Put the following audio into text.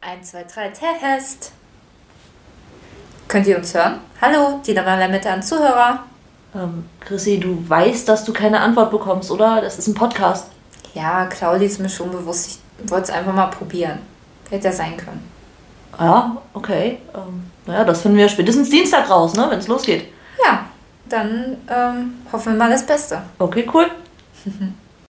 1, 2, 3, Test. Könnt ihr uns hören? Hallo, die Lametta an Zuhörer. Ähm, Chrissy, du weißt, dass du keine Antwort bekommst, oder? Das ist ein Podcast. Ja, Claudi ist mir schon bewusst. Ich wollte es einfach mal probieren. Hätte ja sein können. Ah Ja, okay. Ähm, naja, das finden wir spätestens Dienstag raus, ne? Wenn es losgeht. Ja, dann ähm, hoffen wir mal das Beste. Okay, cool.